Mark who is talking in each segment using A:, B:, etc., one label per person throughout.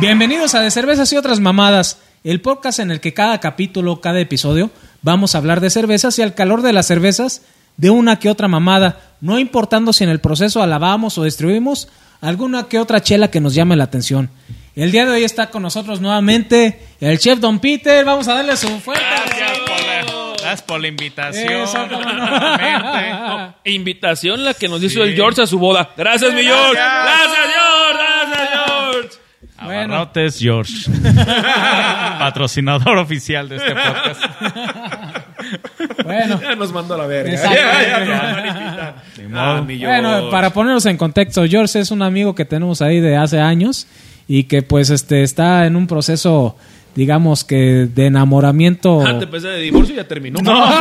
A: Bienvenidos a De Cervezas y otras mamadas, el podcast en el que cada capítulo, cada episodio, vamos a hablar de cervezas y al calor de las cervezas, de una que otra mamada, no importando si en el proceso alabamos o destruimos alguna que otra chela que nos llame la atención. El día de hoy está con nosotros nuevamente el chef Don Peter. Vamos a darle su fuerte.
B: Gracias
A: aplauso.
B: por la, gracias por la invitación.
A: Eso, cómo no.
B: Nuevamente.
C: Invitación la que nos
B: Sí.
C: hizo el George a su boda. Gracias, mi George.
B: Gracias.
C: Gracias, George. Gracias, George.
A: Bueno.
B: Abarrotes George. Patrocinador oficial de este podcast.
A: Bueno,
D: Ya nos mandó a la verga.
A: Exacto.
D: Ah, mi George.
A: Bueno, para ponernos en contexto, George es un amigo que tenemos ahí de hace años y que pues este está en un proceso, digamos que de enamoramiento.
C: Antes pensé de divorcio y ya terminó.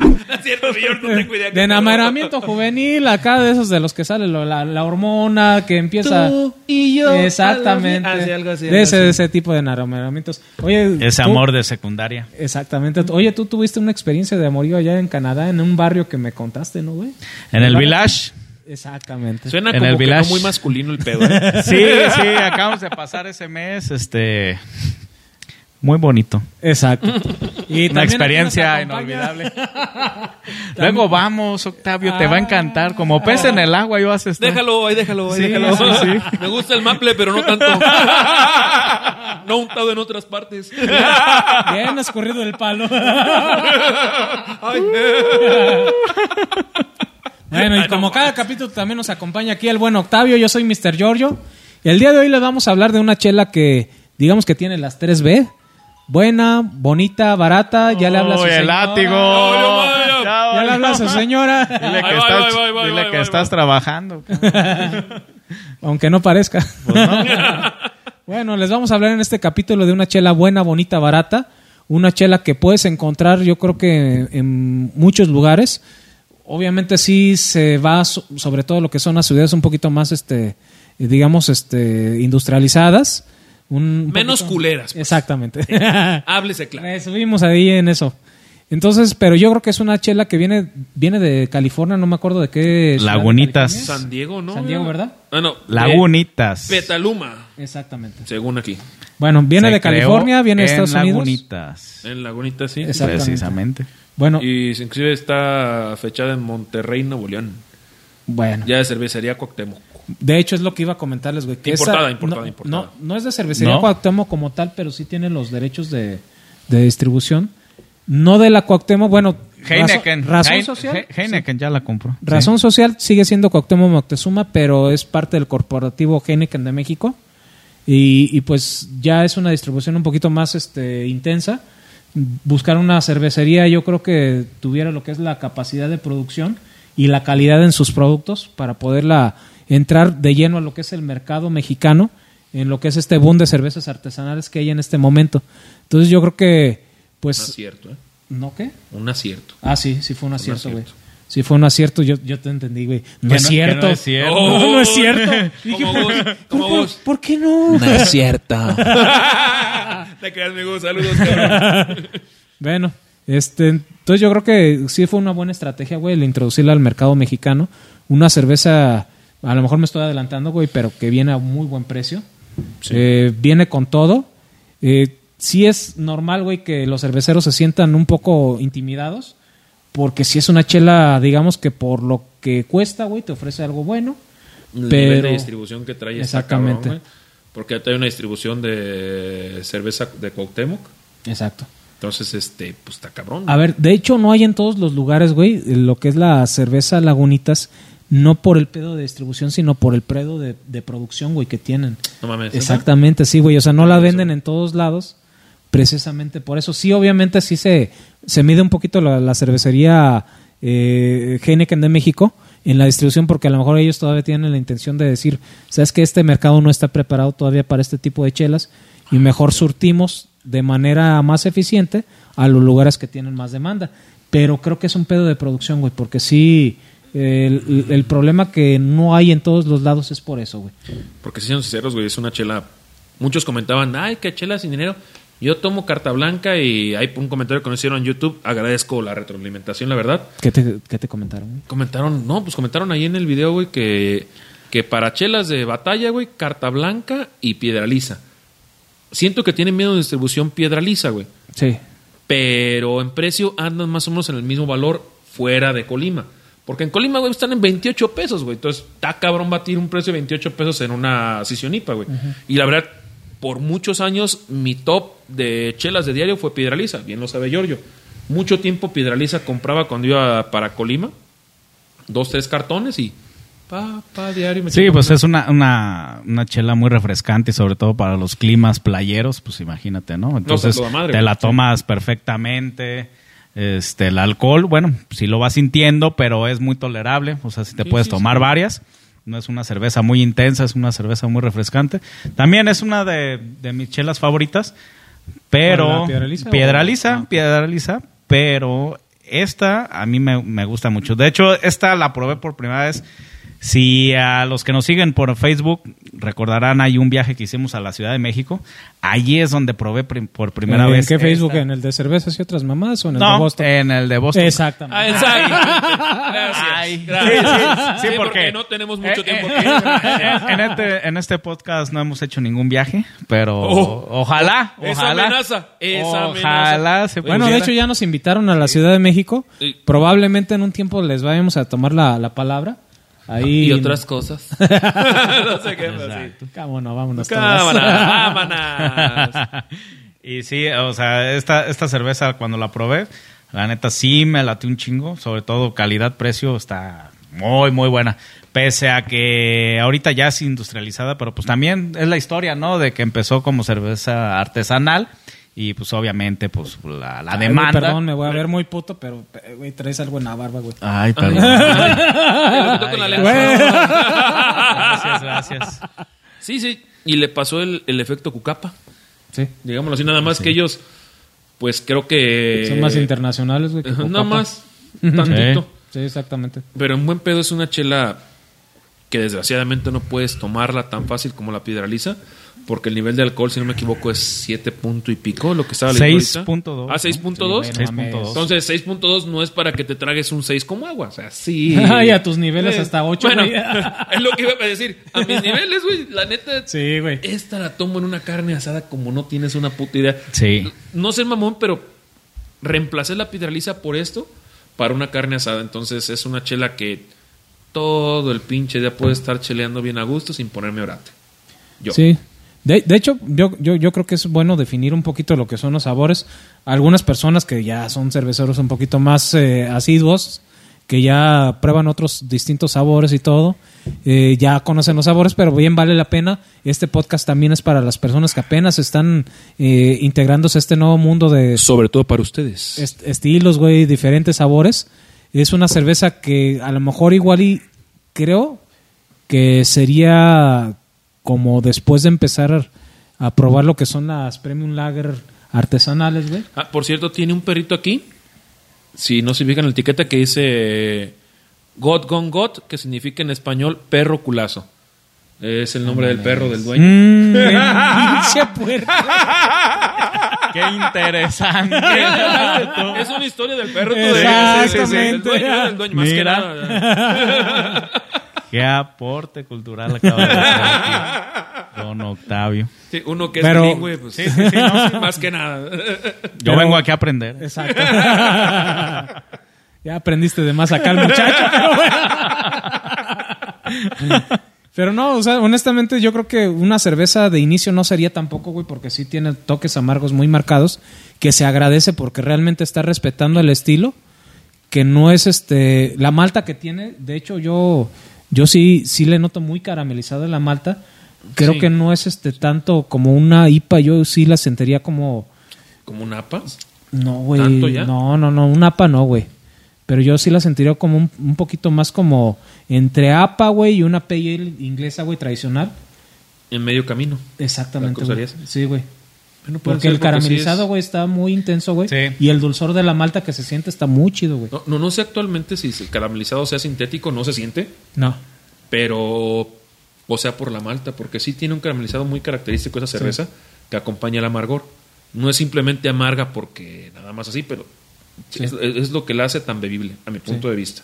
C: es cierto, mi George, no tengo idea.
A: De enamoramiento juvenil, acá de esos de los que sale lo- la, la hormona que empieza.
C: Tú y yo.
A: Exactamente.
C: Ah, sí, algo así,
A: de
C: algo
A: ese,
C: así.
A: ese tipo de enamoramientos. Oye,
B: Ese
A: tú-
B: amor de secundaria.
A: Exactamente. Oye, tú tuviste una experiencia de amorío allá en Canadá, en un barrio que me contaste, ¿no, güey?
B: En el Village.
A: Exactamente.
C: Suena
B: En el
C: como que no
B: village.
C: muy masculino el pedo. ¿eh?
B: Sí, sí, acabamos de pasar ese mes. Este. Muy bonito.
A: Exacto. Y también
B: Una
A: aquí
B: experiencia
A: nos acompaña-
B: inolvidable. Luego vamos, Octavio, te va a encantar.
A: Ah.
B: Como pez en el agua, yo haces.
C: Déjalo, ahí déjalo, ahí
B: Sí,
C: déjalo.
B: sí, sí.
C: Me gusta el maple, pero no tanto. No untado en otras partes.
A: Bien escurrido el palo.
C: Ay.
A: Bueno, y como cada capítulo también nos acompaña aquí el buen Octavio, yo soy Mr. Giorgio. Y el día de hoy les vamos a hablar de una chela que, digamos que tiene las 3B. Buena, bonita, barata, ya le habla a su
B: Uy, el
A: señora.
B: látigo.
C: No, yo, yo, yo.
A: Ya le habla a su
B: Dile
A: señora,
B: que
C: Ahí va,
B: estás,
C: ahí va, ahí va,
B: dile
C: ahí va,
B: que
C: ahí
B: estás trabajando.
A: aunque no parezca.
C: Pues
A: Bueno, les vamos a hablar en este capítulo de una chela buena, bonita, barata. Una chela que puedes encontrar, yo creo que en muchos lugares. Obviamente sí se va, so- sobre todo lo que son las ciudades un poquito más, este, digamos, este, industrializadas. Un- un
C: Menos
A: poquito-
C: culeras, pues.
A: Exactamente.
C: Háblese claro.
A: Le subimos ahí en eso. Entonces, pero yo creo que es una chela que viene, viene de California, no me acuerdo de qué. ciudad de
B: Lagunitas.
A: California
C: San Diego, ¿no?
A: San Diego, ¿verdad?
C: Ah, no. Eh,
B: Lagunitas.
C: Petaluma,
A: es. Exactamente.
C: según aquí.
A: Bueno, viene
B: Se
A: de
B: creó
A: California, viene de Estados
B: en
A: Unidos.
B: Lagunitas.
C: En Lagunita, sí.
A: Exacto. Exactamente.
B: Precisamente.
A: Bueno,
C: Y inclusive está fechada en Monterrey, Nuevo León.
A: bueno.
C: Ya de cervecería Cuauhtémoc.
A: De hecho, es lo que iba a comentarles, güey. que
C: Importada,
A: esa-
C: importada,
A: no,
C: importada.
A: No, no es de cervecería
B: ¿No?
A: Cuauhtémoc como tal, pero sí tiene los derechos de, de distribución. No de la Cuauhtémoc, bueno.
B: Heineken.
A: Razón, razón
B: Hein-
A: social.
B: He- Heineken ya la compró.
A: Razón social sigue siendo Cuauhtémoc Moctezuma, pero es parte del corporativo Heineken de México. Y, y pues ya es una distribución un poquito más este, intensa. Buscar una cervecería, yo creo que tuviera lo que es la capacidad de producción y la calidad en sus productos para poderla entrar de lleno a lo que es el mercado mexicano, en lo que es este boom de cervezas artesanales que hay en este momento. Entonces yo creo que,
C: Un
A: pues,
C: acierto, ¿eh?
A: ¿no qué?
C: Un acierto.
A: Ah, sí, sí fue un acierto, güey.
C: acierto.
A: Sí fue un acierto, yo, yo te entendí, güey. No,
B: Que
A: es
B: no- que
A: cierto.
B: no es cierto.
A: No, no es cierto.
C: Como
A: Dije,
C: vos,
A: ¿por, qué-
C: como
A: por-
C: vos.
A: ¿por qué no? Ah.
C: Te creas, amigo. Saludos, cabrón.
A: Bueno, este, entonces yo creo que sí fue una buena estrategia, güey, el introducirla al mercado mexicano. Una cerveza, a lo mejor me estoy adelantando, güey, pero que viene a muy buen precio. Eh, viene con todo. Eh, sí es normal, güey, que los cerveceros se sientan un poco intimidados, porque si es una chela, digamos que por lo que cuesta, güey, te ofrece algo bueno.
C: El nivel
A: Pero...
C: de distribución que trae está
A: Exactamente.
C: cabrón, güey. Porque ya trae una distribución de cerveza de Cuauhtémoc.
A: Exacto.
C: Entonces, este, pues está cabrón.
A: A ver, de hecho no hay en todos los lugares, güey, lo que es la cerveza Lagunitas, no por el pedo de distribución, sino por el pedo de, de producción, güey, que tienen.
C: No mames.
A: Exactamente, sí, güey, o sea, no la venden en todos lados, precisamente por eso. Sí, obviamente sí se, se mide un poquito la, la cervecería eh, Heineken de México en la distribución porque a lo mejor ellos todavía tienen la intención de decir, sabes que este mercado no está preparado todavía para este tipo de chelas y
C: Ah,
A: mejor surtimos de manera más eficiente a los lugares que tienen más demanda. Pero creo que es un pedo de producción, güey, porque sí, el, el problema que no hay en todos los lados es por eso, güey.
C: Porque siendo sinceros, güey, es una chela. Muchos comentaban, ay, qué chela sin dinero. Yo tomo carta blanca y hay un comentario que nos hicieron en YouTube. Agradezco la retroalimentación, la verdad.
A: ¿Qué te, qué te comentaron? güey?
C: Comentaron, no, pues comentaron ahí en el video, güey, que que para chelas de batalla, güey, carta blanca y piedra lisa. Siento que tienen miedo de distribución piedra lisa, güey.
A: Sí.
C: Pero en precio andan más o menos en el mismo valor fuera de Colima. Porque en Colima, güey, están en 28 pesos, güey. Entonces, está cabrón batir un precio de 28 pesos en una sisionipa, güey. Y la verdad, por muchos años, mi top de chelas de diario fue Piedra Lisa. Bien lo sabe Giorgio. Mucho tiempo Piedra Lisa compraba cuando iba para Colima. Dos, tres cartones y... Pa, pa, diario. me
B: Sí,
C: chingaba
B: pues
C: una.
B: es una, una, una chela muy refrescante y sobre todo para los climas playeros, pues imagínate, ¿no? Entonces
C: toda madre,
B: te
C: güey.
B: la tomas perfectamente. Este, el alcohol, bueno, si lo vas sintiendo, pero es muy tolerable, o sea, si te
C: Sí,
B: puedes
C: sí,
B: tomar varias. No es una cerveza muy intensa, es una cerveza muy refrescante. También es una de, de mis chelas favoritas,
A: ¿La
B: pero
A: Piedra Lisa
B: Piedra
A: o-
B: Lisa, Piedra Lisa, pero esta a mí me, me gusta mucho. De hecho, esta la probé por primera vez. Si a los que nos siguen por Facebook recordarán, hay un viaje que hicimos a la Ciudad de México. Allí es donde probé prim- por primera
A: ¿En
B: vez.
A: qué
B: esta.
A: Facebook? ¿En el de cervezas y otras mamadas o en el de
B: No,
A: Boston? Eh,
B: en el de Boston.
A: Exactamente.
C: Ah, exacto. Gracias.
B: Ay.
C: Gracias.
B: Sí, sí, sí,
C: Sí, porque
B: porque
C: no tenemos mucho
B: Eh,
C: tiempo.
B: eh,
C: aquí.
B: en, este, en este podcast no hemos hecho ningún viaje, pero
C: Oh.
B: ojalá, ojalá.
C: Esa amenaza, esa
B: ojalá
C: amenaza.
B: se
A: Ah, Bueno, de
B: pudiera.
A: hecho ya nos invitaron a la Ciudad de México.
C: Pues Sí.
A: Probablemente en un tiempo les vayamos a tomar la, la palabra. Ahí.
C: Y otras cosas. no sé qué, pero sí.
A: Vámonos, vámonos. todas.
C: Cámara, Ah, vámonos.
B: y sí, o sea, esta, esta cerveza cuando la probé, la neta sí me late un chingo, sobre todo calidad-precio está muy, muy buena. Pese a que ahorita ya es industrializada, pero pues también es la historia, ¿no? De que empezó como cerveza artesanal y pues obviamente pues la, la
A: Ay, güey,
B: demanda.
A: perdón, me voy a ver muy puto, pero eh, güey, traes algo en la barba, güey.
B: Ay, perdón.
C: Lo que toca la lengua.
B: gracias, gracias.
C: Sí, sí. Y le pasó el, el efecto cucapa.
A: Sí.
C: Digámoslo así, nada más que ellos, pues creo que.
A: Son más internacionales, güey. que
C: Ajá,
A: Coca-Cola.
C: Nada más. Tantito.
B: Sí.
A: Sí, exactamente.
C: Pero en buen pedo es una chela que desgraciadamente no puedes tomarla tan fácil como la piedra lisa. Porque el nivel de alcohol, si no me equivoco, es 7 punto y pico, lo que estaba leyendo ahorita.
B: 6.2,
C: Ah,
B: ¿no?
C: 6.2.
A: Sí, bueno.
B: 6.2.
C: Entonces, 6.2 no es para que te tragues un 6 como agua. O sea, sí. Eh,
A: Ay, a tus niveles hasta ocho,
C: Bueno,
A: güey.
C: es lo que iba a decir. A mis niveles, güey, la neta.
A: Sí, güey.
C: Esta la tomo en una carne asada como no tienes una puta idea.
B: Sí.
C: No sé, mamón, pero reemplacé la piedra lisa por esto para una carne asada. Entonces, es una chela que todo el pinche día puede estar cheleando bien a gusto sin ponerme orate. Yo.
A: Sí. De, de hecho, yo, yo, yo creo que es bueno definir un poquito lo que son los sabores. Algunas personas que ya son cerveceros un poquito más eh, asiduos, que ya prueban otros distintos sabores y todo, eh, ya conocen los sabores, pero bien vale la pena. Este podcast también es para las personas que apenas están eh, integrándose a este nuevo mundo de
C: Sobre todo para ustedes.
A: est- estilos, güey, diferentes sabores. Es una cerveza que a lo mejor igual y creo que sería como después de empezar a probar lo que son las Premium Lager artesanales, güey.
C: Ah, por cierto, tiene un perrito aquí. Si no se fijan en la etiqueta que dice God Gone God, que significa en español perro culazo. Es el nombre del perro del dueño.
A: Mm, pinche puerta.
B: Qué interesante.
C: es una historia del perro. tú de-
A: Exactamente.
C: Del dueño, del dueño, más que
B: Mira.
C: nada.
B: Qué aporte cultural acaba de hacer aquí, Don Octavio.
C: Sí, uno que es
A: Pero-
C: bilingüe, pues. más que nada.
B: Yo
A: Pero-
B: vengo aquí a aprender.
A: Exacto. ya aprendiste de más acá el muchacho, pero bueno. Pero no, o sea, honestamente yo creo que una cerveza de inicio no sería tampoco, güey, porque sí tiene toques amargos muy marcados, que se agradece porque realmente está respetando el estilo, que no es este la malta que tiene, de hecho yo yo sí sí le noto muy caramelizada la malta. Creo
C: Sí.
A: que no es este tanto como una IPA, yo sí la sentiría como
C: Como un apas.
A: no, güey.
C: ¿Tanto ya?
A: No, no, no. Un APA no, güey. Pero yo sí la sentiría como un, un poquito más como entre APA, güey, y una PL inglesa, güey, tradicional.
C: En medio camino.
A: Exactamente.
C: ¿La
A: güey.
C: acusarías?
A: Sí, güey.
C: Bueno, puede
A: Porque
C: ser,
A: el
C: sí
A: caramelizado,
C: es-
A: güey, está muy intenso, güey.
B: Sí.
A: Y el dulzor de la malta que se siente está muy chido, güey.
C: No, no, no sé actualmente si el caramelizado sea sintético, no se siente.
A: No.
C: pero o sea por la malta, porque sí tiene un caramelizado muy característico esa cerveza que acompaña el amargor. No es simplemente amarga porque nada más así, pero es, es lo que la hace tan bebible, a mi punto de vista.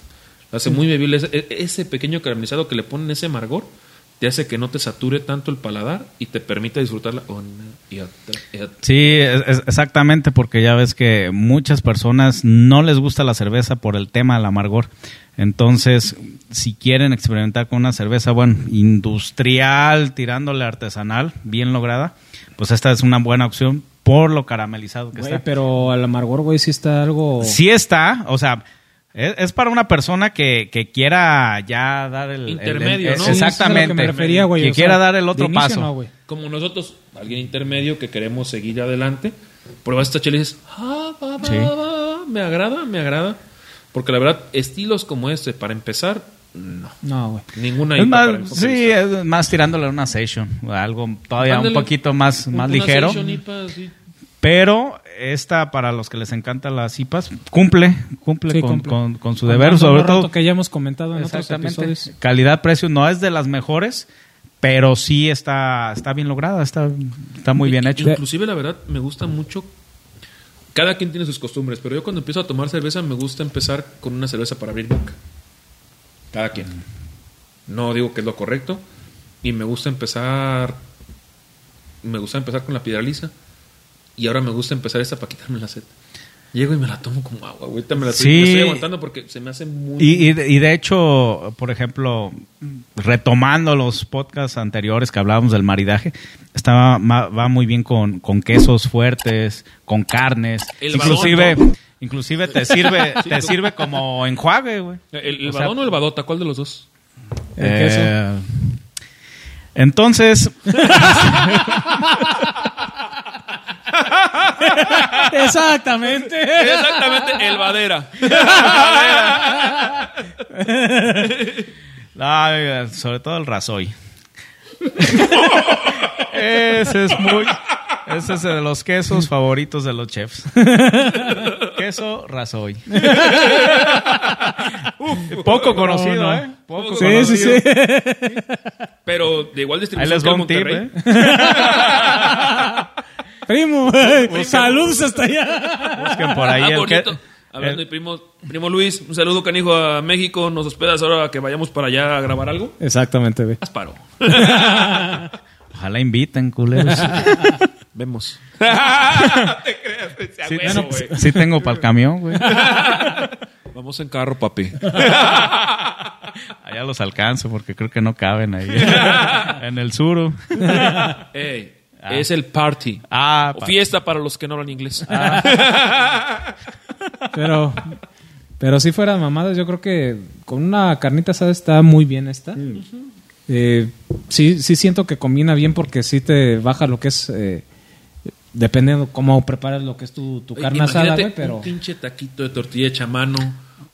C: Hace muy bebible. Ese, e- ese pequeño caramelizado que le ponen ese amargor te hace que no te sature tanto el paladar y te permita disfrutarla una y otra y otra.
B: Sí, es- es- exactamente, porque ya ves que muchas personas no les gusta la cerveza por el tema del amargor. Entonces, si quieren experimentar con una cerveza, bueno, industrial, tirándole artesanal, bien lograda, pues esta es una buena opción por lo caramelizado que
A: Güey,
B: está.
A: pero al amargor, güey, sí está algo.
B: Sí está, o sea, es, es para una persona que, que quiera ya dar el... el-
C: Intermedio,
B: el-
C: ¿no?
A: Sí, eso es a lo
B: Exactamente.
A: que me refería, güey.
B: Que
A: o sea,
B: quiera dar el otro
A: de inicio
B: paso.
A: no, güey.
C: Como nosotros, alguien intermedio que queremos seguir adelante, pruebas esta chela y dices, ah, va, va,
B: Sí.
C: va, va, me agrada, me agrada. Porque la verdad, estilos como este, para empezar, no.
A: No, güey.
C: Ninguna
B: Es
C: IPA
B: más,
C: para mi punto de
B: sí,
C: vista.
B: es más tirándole a una session, algo todavía
C: Ándale,
B: un poquito más,
C: un-
B: más
C: una
B: ligero.
C: session IPA, sí.
B: Pero esta, para los que les encantan las IPAs, cumple, cumple,
A: Sí,
B: con,
A: cumple.
B: con- con su deber,
A: Hablando
B: sobre
A: un rato
B: todo.
A: que ya hemos comentado en otros
B: Exactamente.
A: episodios.
B: Calidad-precio no es de las mejores, pero sí está, está bien lograda, está, está muy bien hecho.
C: Inclusive, la verdad, me gusta mucho. Cada quien tiene sus costumbres, pero yo cuando empiezo a tomar cerveza me gusta empezar con una cerveza para abrir boca. Cada quien. No digo que es lo correcto. Y me gusta empezar. Me gusta empezar con la piedra lisa. Y ahora me gusta empezar esta para quitarme la sed. Llego y me la tomo como agua. Ahorita me la estoy,
B: Sí.
C: me estoy aguantando porque se me hace muy.
B: Y, y de- y de hecho, por ejemplo, retomando los podcasts anteriores que hablábamos del maridaje, estaba, ma- va muy bien con, con quesos fuertes, con carnes.
C: El
B: inclusive,
C: badón,
B: inclusive te sirve, te sirve como enjuague, güey.
C: ¿El, el
B: O sea,
C: badón o el badota? ¿Cuál de los dos?
A: El
B: eh, entonces,
A: Exactamente.
C: Exactamente, el badera.
B: no, sobre todo el rasoy. ese es muy, ese es de los quesos favoritos de los chefs. Queso rasoy. Poco conocido,
A: no.
B: ¿eh? Poco
A: Sí, sí, sí.
C: Pero de igual
B: Ahí
C: distribución
B: les
C: que
B: va
C: el
B: un tip,
C: Monterrey.
B: ¿eh?
A: Primo, saludos hasta allá.
B: Busquen por ahí
C: Ah,
B: el que-
C: bonito. Hablando de primo, primo Luis, un saludo canijo a México. Nos hospedas ahora que vayamos para allá a grabar algo.
A: Exactamente, güey.
C: Haz paro.
B: Ojalá inviten, culeros.
C: Ah, Vemos.
B: Sí, sí- sí tengo para el camión, güey.
C: Vamos en carro, papi.
B: Allá los alcanzo porque creo que no caben ahí. en el suro.
C: Ey, Es el party.
B: Ah,
C: O
B: pa- Ah.
C: fiesta para los que no hablan inglés.
A: Pero, pero si fuera mamadas, yo creo que con una carnita asada está muy bien esta. Eh, sí, sí siento que combina bien porque sí te baja lo que es, eh, dependiendo cómo preparas lo que es tu, tu
C: Ey,
A: carne
C: imagínate
A: asada, güey, pero...
C: Un pinche taquito de tortilla hecha a mano.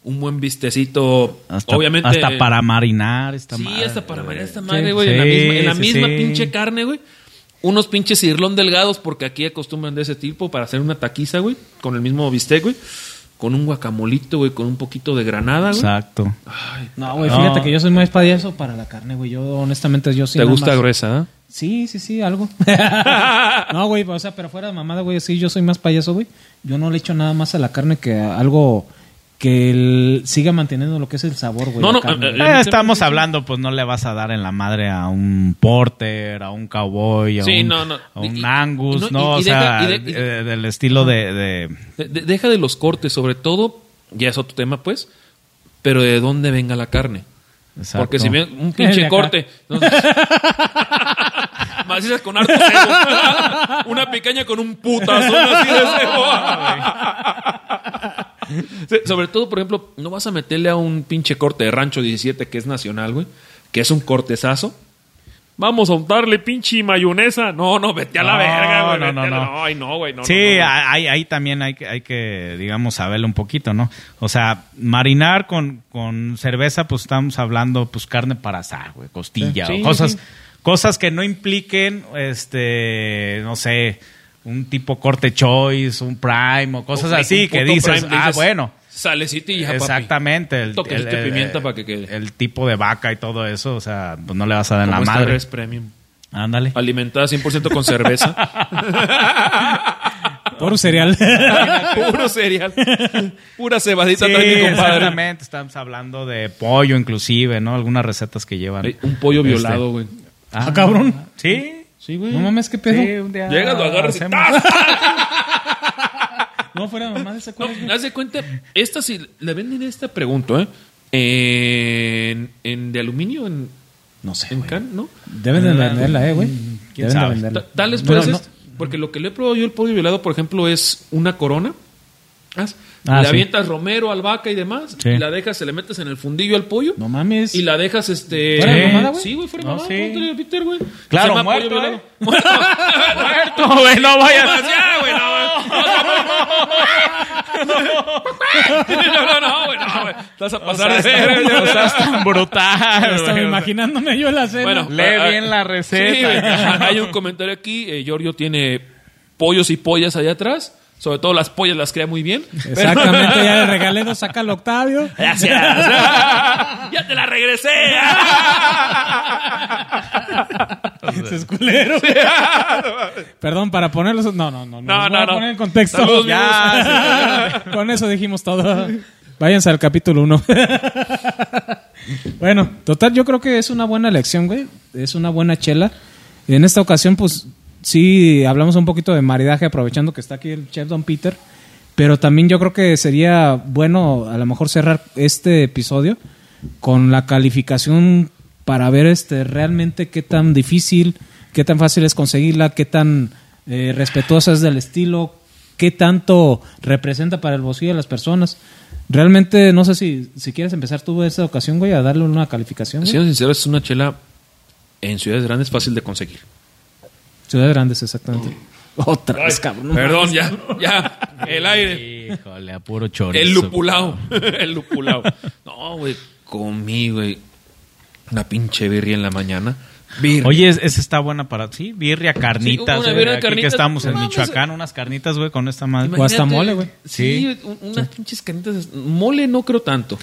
C: Un buen vistecito.
B: hasta,
C: obviamente.
B: hasta para marinar esta
C: Sí,
B: madre,
C: hasta para marear esta
B: güey.
C: madre, güey. en la
B: Sí,
C: misma, en la
B: sí,
C: misma
B: sí.
C: pinche carne, güey. Unos pinches cirlón delgados, porque aquí acostumbran de ese tipo para hacer una taquiza, güey. Con el mismo bistec, güey. Con un guacamolito, güey. Con un poquito de granada, güey.
B: Exacto.
C: Ay,
A: No, güey,
B: No.
A: fíjate que yo soy más payaso para la carne, güey. Yo, honestamente, yo sí.
C: ¿Te
A: nada
C: gusta
A: más-
C: gruesa, ¿eh?
A: Sí, sí, sí, algo. no, güey, o sea, pero fuera de mamada, güey, sí, yo soy más payaso, güey. Yo no le echo nada más a la carne que a algo que el- siga manteniendo lo que es el sabor, güey.
C: No,
A: la
C: no,
A: carne,
C: eh,
A: güey.
B: Eh, estamos hablando, pues no le vas a dar en la madre a un porter, a un cowboy, a
C: Sí,
B: un,
C: no, no.
B: a un
C: Y- y-
B: angus,
C: y no,
B: ¿no?
C: y- y
B: o sea,
C: deja- y de- y-
B: eh, del estilo de, de-
C: De- de- deja de los cortes, sobre todo. Ya es otro tema, pues. Pero de dónde venga la carne.
B: Exacto.
C: Porque si bien un
A: De
C: pinche
A: acá.
C: corte. entonces- Macizas con harto cebo. Una picaña con un putazo así de cebo. Sí, Sobre todo, por ejemplo, no vas a meterle a un pinche corte de rancho 17 que es nacional, güey. Que es un cortezazo. Vamos a untarle pinche mayonesa. No, no, vete a la
B: No,
C: verga, güey.
B: no,
C: vete
B: no,
C: a la-
B: no.
C: Ay, no, güey. No,
B: sí,
C: no, no, güey.
B: ahí, ahí también hay que, hay que, digamos, saberlo un poquito, ¿no? O sea, marinar con, con cerveza, pues estamos hablando, pues carne para asar, güey, costilla,
A: Sí,
B: o
A: sí,
B: cosas,
A: sí.
B: cosas que no impliquen, este, no sé, un tipo corte choice, un prime o cosas
C: Un-
B: así
C: un
B: que
C: puto
B: dices,
C: prime,
B: ah, bueno.
C: Salecita y ya, papi.
B: Exactamente, el,
C: Toquecito
B: el-
C: de pimienta
B: el-
C: para que quede.
B: el tipo de vaca y todo eso, o sea, pues no le vas a dar en la
C: Como esta
B: madre.
C: res premium.
B: Ándale.
C: Alimentada 100% con cerveza.
A: Puro cereal.
C: Puro cereal. Pura cebadita
B: Sí,
C: también, compadre.
B: exactamente. Estamos hablando de pollo, inclusive, ¿no? Algunas recetas que llevan.
C: Ey, Un pollo
B: Este,
C: violado, güey.
B: Ah,
A: Ah, cabrón.
B: Sí.
C: Sí, güey.
A: No mames, qué pedo.
B: Sí, un día
C: Llegas, lo agarras y
B: hacemos.
A: No, fuera mamá de esa
C: No,
A: cosa.
C: haz de cuenta, esta si la venden esta, pregunto, ¿eh? En, en de aluminio, en,
A: No sé,
C: en Ah,
A: güey.
C: can, ¿no?
A: Deben de venderla, eh, güey. Deben
B: sabe?
A: de venderla.
C: Ta- Tal vez
A: Pero
C: puede ser,
A: no-
C: porque lo que le he probado yo el pollo violado, por ejemplo, es una corona. ¿sabes?
A: Ah,
C: le
A: sí.
C: avientas romero, albahaca y demás,
B: Sí.
C: y la dejas, se le metes en el fundillo al pollo.
A: No mames.
C: Y la dejas, este...
A: ¿Fuera
B: de mamada,
A: güey?
C: Sí, güey, fuera de
B: No,
C: mamada.
B: sí.
C: póntele, Peter, güey.
B: Claro,
C: Se llama
B: muerto,
C: pollo violado.
B: ¿eh? Muerto, güey, no vayas Ah, a
C: Ya, güey, no, no, no, güey, no, güey. Estás a pasar de verga, güey.
B: No seas tan brutal,
A: Estaba
B: güey.
A: imaginándome yo la cena.
C: Bueno,
B: Lee
C: Ah, ah,
B: bien la receta.
C: sí, güey. hay un comentario aquí. eh, Giorgio tiene pollos y pollas allá atrás. Sobre todo las pollas las crea muy bien. Pero-
A: Exactamente, ya le regalé dos saca al Octavio.
C: Gracias. ya te la regresé.
A: Ese es culero. Perdón, para ponerlos. No, no, no. No, los voy
C: no,
A: a
C: no.
A: poner en contexto.
C: Saludos,
A: Ya, sí, Con eso dijimos todo. Váyanse al capítulo 1. bueno, total, yo creo que es una buena elección, güey. Es una buena chela. En esta ocasión, pues sí, hablamos un poquito de maridaje, aprovechando que está aquí el chef Don Peter. Pero también yo creo que sería bueno, a lo mejor, cerrar este episodio con la calificación para ver este realmente qué tan difícil, qué tan fácil es conseguirla, qué tan eh, respetuosa es del estilo, qué tanto representa para el bolsillo de las personas. Realmente, no sé si, si quieres empezar tú esta ocasión, güey, a darle una calificación. güey.
C: Siendo sincero, es una chela en ciudades grandes fácil de conseguir.
A: Ciudades grandes, exactamente. Otra vez, cabrón. no
C: Perdón, ya, ya. El aire.
B: Híjole, a puro chorizo.
C: El lupulao. El lupulao. No, güey. Comí, güey. Una pinche birria en la mañana. Birria.
B: Oye, es- esa está buena para ti. Birria, carnitas.
C: una
B: güey,
C: birria,
B: aquí que
C: carnitas.
B: estamos en
C: No pues, mames.
B: Michoacán, unas carnitas, güey, con esta madre.
A: Imagínate. hasta mole, güey.
C: Sí, un- unas pinches canitas. Mole no creo tanto.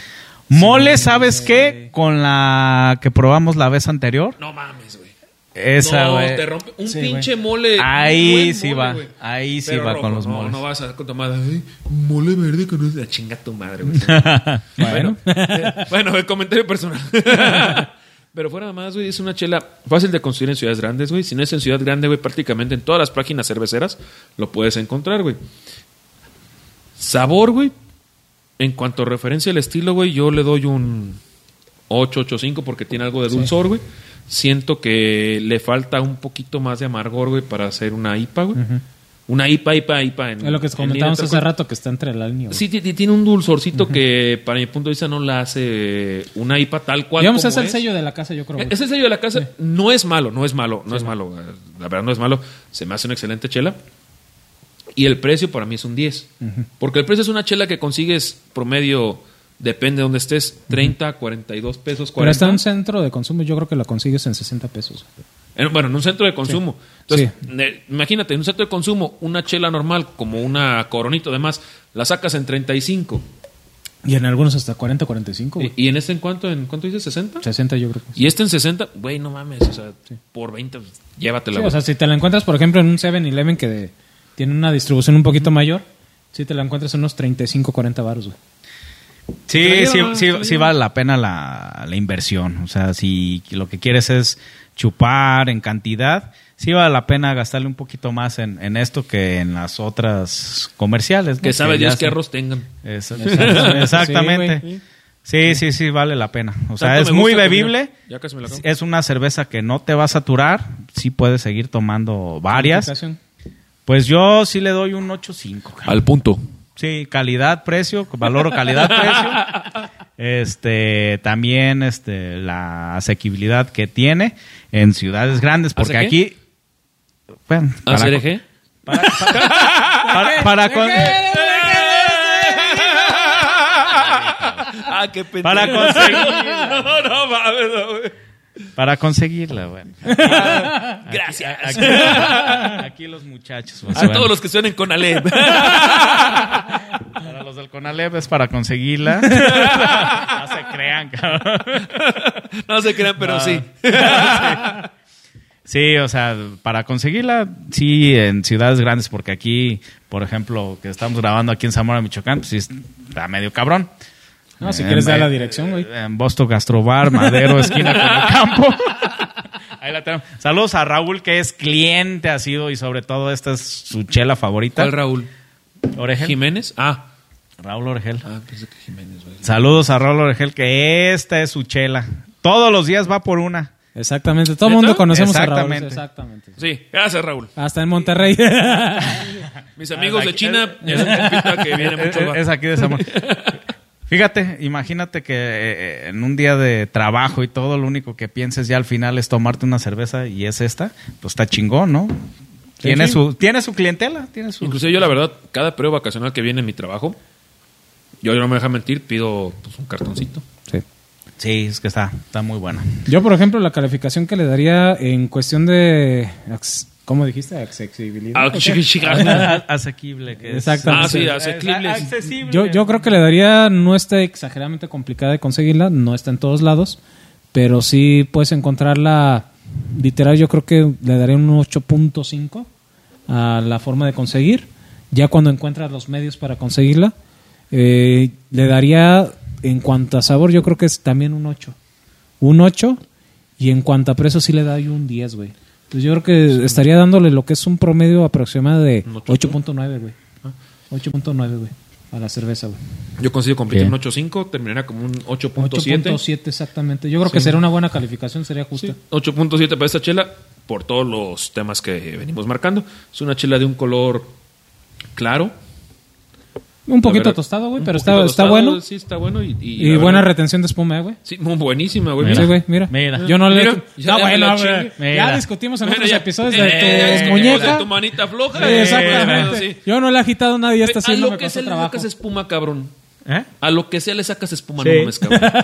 B: Mole, ¿sabes qué? Con la que probamos la vez anterior.
C: No mames, güey.
B: Esa,
C: no,
B: güey.
C: te rompe. Un
A: Sí,
C: pinche mole. un
B: Ahí
C: buen
B: sí
C: mole,
B: va,
C: güey.
B: ahí sí
C: Pero
B: va
C: rojo,
B: con los
C: no,
B: moles.
C: No vas a con tu madre. "Ay, mole verde con una chinga tu madre, güey.
A: Bueno.
C: bueno, el comentario personal. Pero fuera de más, güey, es una chela fácil de conseguir en ciudades grandes, güey. Si no es en ciudad grande, güey, prácticamente en todas las páginas cerveceras lo puedes encontrar, güey. Sabor, güey. En cuanto a referencia al estilo, güey, yo le doy un 885 porque tiene algo de dulzor, güey. Siento que le falta un poquito más de amargor, güey, para hacer una IPA, güey. Una IPA, IPA, IPA. En,
A: Es lo que
C: en
A: comentábamos
C: línea,
A: hace rato que está entre la línea. güey.
C: Sí, ti- ti- tiene un dulzorcito que para mi punto de vista no la hace una IPA tal cual.
A: Digamos,
C: como
A: es el sello de la casa, yo creo.
C: E-
A: güey.
C: Es el sello de la casa. No es malo, no es malo, no es malo. eh, La verdad no es malo. Se me hace una excelente chela. Y el precio para mí es un 10. Porque el precio es una chela que consigues promedio, depende de dónde estés, 30, 42 pesos,
A: Pero
C: 40.
A: está en un centro de consumo, yo creo que la consigues en 60 pesos.
C: En- bueno, en un centro de consumo. Entonces,
A: Sí.
C: ne- imagínate, en un centro de consumo, una chela normal, como una coronita, además, la sacas en 35.
A: Y en algunos hasta 40, 45, güey.
C: ¿Y, y en este en cuánto? ¿En cuánto dices? ¿60?
A: 60 yo creo que sí.
C: Y este en 60, güey, no mames, o sea, por 20, pues, llévatela.
A: Sí,
C: güey.
A: o sea, si te la encuentras, por ejemplo, en un 7-Eleven que de- tiene una distribución un poquito mayor, si te la encuentras en unos 35, 40 baros, güey.
B: Sí, sí,
C: Traído,
B: sí,
C: traído.
B: sí vale la pena la, la inversión. O sea, si lo que quieres es chupar en cantidad, sí vale la pena gastarle un poquito más en, en esto que en las otras comerciales. ¿no?
C: que sabe
B: ya
C: Dios qué
B: se-
C: arroz tengan.
B: Esa-
A: Exactamente.
B: Exactamente. Sí, sí, sí, vale la pena. O sea,
C: Tanto
B: es
C: me
B: muy
C: gusta que
B: bebible.
C: mira, ya casi me la acabo.
B: Es una cerveza que no te va a saturar. Sí puedes seguir tomando varias.
A: Calificación.
B: Pues yo sí le doy un 8.5. cabrón.
C: Al punto.
B: Sí, calidad, precio, valoro calidad, precio. Este, también este, la asequibilidad que tiene en ciudades grandes, porque
C: ¿Hace qué?
B: aquí. Bueno, para-
C: ¿Hacer eje?
B: para- para- para con-
C: Ah, qué pendejo.
B: Para conseguirla.
C: no, no mames, no, güey.
B: Para conseguirla, bueno.
C: Gracias.
B: Aquí, aquí los muchachos. pues,
C: A
B: bueno.
C: todos los que suenen con Alep.
B: Para los del Conalep es para conseguirla. no se crean, cabrón.
C: no se crean, pero
B: Ah.
C: sí.
B: Sí. Sí, o sea, para conseguirla, sí, en ciudades grandes, porque aquí, por ejemplo, que estamos grabando aquí en Zamora, Michoacán, pues sí, está medio cabrón.
A: No, si
B: En-
A: quieres dar la
B: eh,
A: dirección, güey.
B: En Boston Gastrobar, Madero, esquina con el campo. Ahí la tenemos. Saludos a Raúl, que es cliente, ha sido, y sobre todo esta es su chela favorita.
C: ¿Cuál Raúl?
B: Orejel.
C: ¿Jiménez? Ah.
B: Raúl Orgel.
C: Ah, pensé que Jiménez, güey.
B: Saludos a Raúl Orgel, que esta es su chela. Todos los días va por una.
A: Exactamente. Todo el mundo
C: ¿Neta?
A: conocemos a Raúl.
B: Exactamente.
A: Exactamente.
C: Sí, gracias Raúl.
A: Hasta en Monterrey.
C: Mis amigos de China, ya es un compita que viene mucho.
B: Ah, Es,
C: va.
B: Eh, es aquí de Zamora. Fíjate, imagínate que eh, en un día de trabajo y todo, lo único que pienses ya al final es tomarte una cerveza y es esta, pues está chingón, ¿no? Tiene,
A: sí.
B: Su, tiene su clientela, tiene su...
C: Inclusive yo, la verdad, cada periodo vacacional que viene en mi trabajo, yo no me deja mentir, pido pues, un cartoncito.
A: Sí.
B: Sí, es que está, está muy buena.
A: Yo, por ejemplo, la calificación que le daría en cuestión de. ax- ¿Cómo dijiste? Accesibilidad.
C: Ah, chica, chica.
B: Asequible, que es.
A: Exactamente.
C: Ah, sí,
A: Es-
C: asequible.
B: Accesible.
A: Yo, yo creo que le daría, no está exageradamente complicada de conseguirla, no está en todos lados, pero sí puedes encontrarla, literal, yo creo que le daría un 8.5 a la forma de conseguir. Ya cuando encuentras los medios para conseguirla, eh, le daría, en cuanto a sabor, yo creo que es también un 8. Un 8 y en cuanto a precio sí le doy un 10, güey. Entonces yo creo que estaría dándole lo que es un promedio aproximado de 8.9, güey.
C: Ah.
A: 8.9, güey. A la cerveza, güey.
C: Yo consigo completar
B: Bien.
C: un 8.5, terminará como un 8.7.
A: 8.7 exactamente. Yo creo que sería una buena calificación, sería justa.
C: Sí, 8.7 para esta chela, por todos los temas que venimos marcando. Es una chela de un color claro.
A: Un poquito
C: La verdad,
A: tostado, güey,
C: un
A: pero está,
C: poquito
A: está
C: tostado,
A: bueno.
C: Sí, está bueno. Y, y
A: Y
C: la
A: buena
C: verdad-
A: retención de espuma, eh, güey.
C: Sí, muy buenísima, güey.
A: Sí, güey, mira.
B: Mira.
A: Yo no le...
C: Mira, ya
A: no,
C: me
A: bueno,
C: la
A: güey,
C: chingué.
A: ya
B: Mira.
A: discutimos en
C: Bueno,
A: otros
C: ya-
A: episodios
C: Eh, ya
A: de tu
C: discutimos
A: muñeca.
C: de tu manita floja.
A: Sí,
C: Eh,
A: exactamente.
C: sí.
A: Yo no le he agitado a nadie, esta
C: Ve, a
A: sí no
C: lo
A: me
C: que
A: costó
C: se le
A: trabajo.
C: sacas espuma, cabrón.
B: ¿Eh?
C: A lo que sea le sacas espuma,
B: Sí.
C: no mames, cabrón.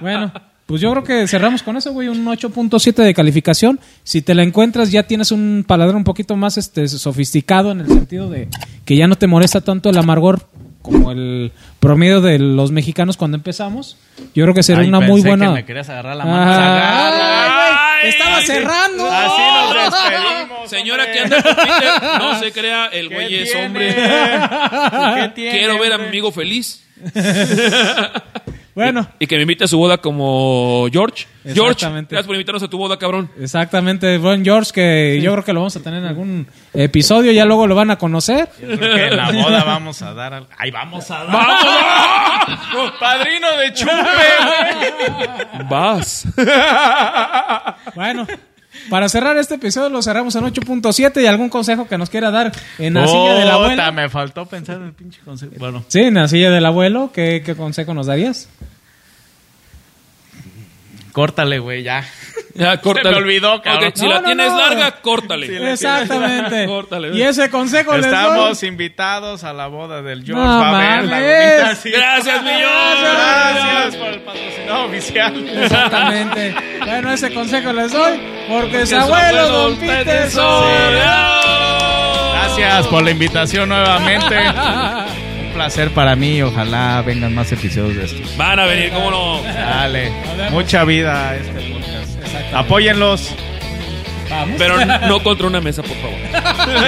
A: Bueno, pues yo creo que cerramos con eso, güey, un 8.7 de calificación. Si te la encuentras, ya tienes un paladar un poquito más este sofisticado en el sentido de que ya no te molesta tanto el amargor como el promedio de los mexicanos cuando empezamos. Yo creo que será
B: Ay,
A: una muy
B: pensé
A: buena.
B: que me querías agarrar la mano.
A: Ah,
B: Agarra.
A: güey, Estaba
B: Ay,
A: cerrando.
B: Así nos despedimos.
C: Señora
B: hombre.
C: que anda con Tinder, no se crea, el güey es
B: tiene?
C: hombre.
B: ¿Qué tiene,
C: Quiero ver a
B: hombre?
C: mi amigo feliz.
A: Bueno,
C: Y que me invite a su boda como George. George,
A: Exactamente.
C: gracias por invitarnos a tu boda, cabrón.
A: exactamente, buen George, que yo creo que lo vamos a tener en algún episodio, ya luego lo van a conocer.
B: Creo que en la boda vamos a dar. al- ¡Ay, vamos a dar! ¡Padrino de chupe!
C: Vas.
A: Bueno, para cerrar este episodio lo cerramos en 8.7 y algún consejo que nos quiera dar en la silla del abuelo.
B: Puta, me faltó pensar en el pinche consejo. Bueno,
A: Sí, en la silla del abuelo, ¿qué, qué consejo nos darías?
B: córtale, güey, ya.
C: Ya, córtale.
B: me olvidó, cabrón.
C: Ok, si
A: No,
C: la
A: no,
C: tienes
A: no.
C: larga, córtale.
A: Exactamente.
C: Córtale,
A: y
C: ve.
A: ese consejo
B: Estamos
A: les doy.
B: invitados a la boda del George.
A: No
B: Va a ver la
A: mames.
B: bonita. sí.
C: Gracias, mi George.
B: Gracias por el patrocinado oficial.
A: Exactamente. bueno, ese consejo les doy porque es
C: Su
A: abuelo Don Peter Sol.
B: Gracias por la invitación nuevamente. Un placer para mí. Ojalá vengan más episodios de estos.
C: Van a venir, cómo no.
B: Dale. Mucha vida a este podcast. Apóyenlos.
A: Vamos.
C: Pero no contra una mesa, por favor.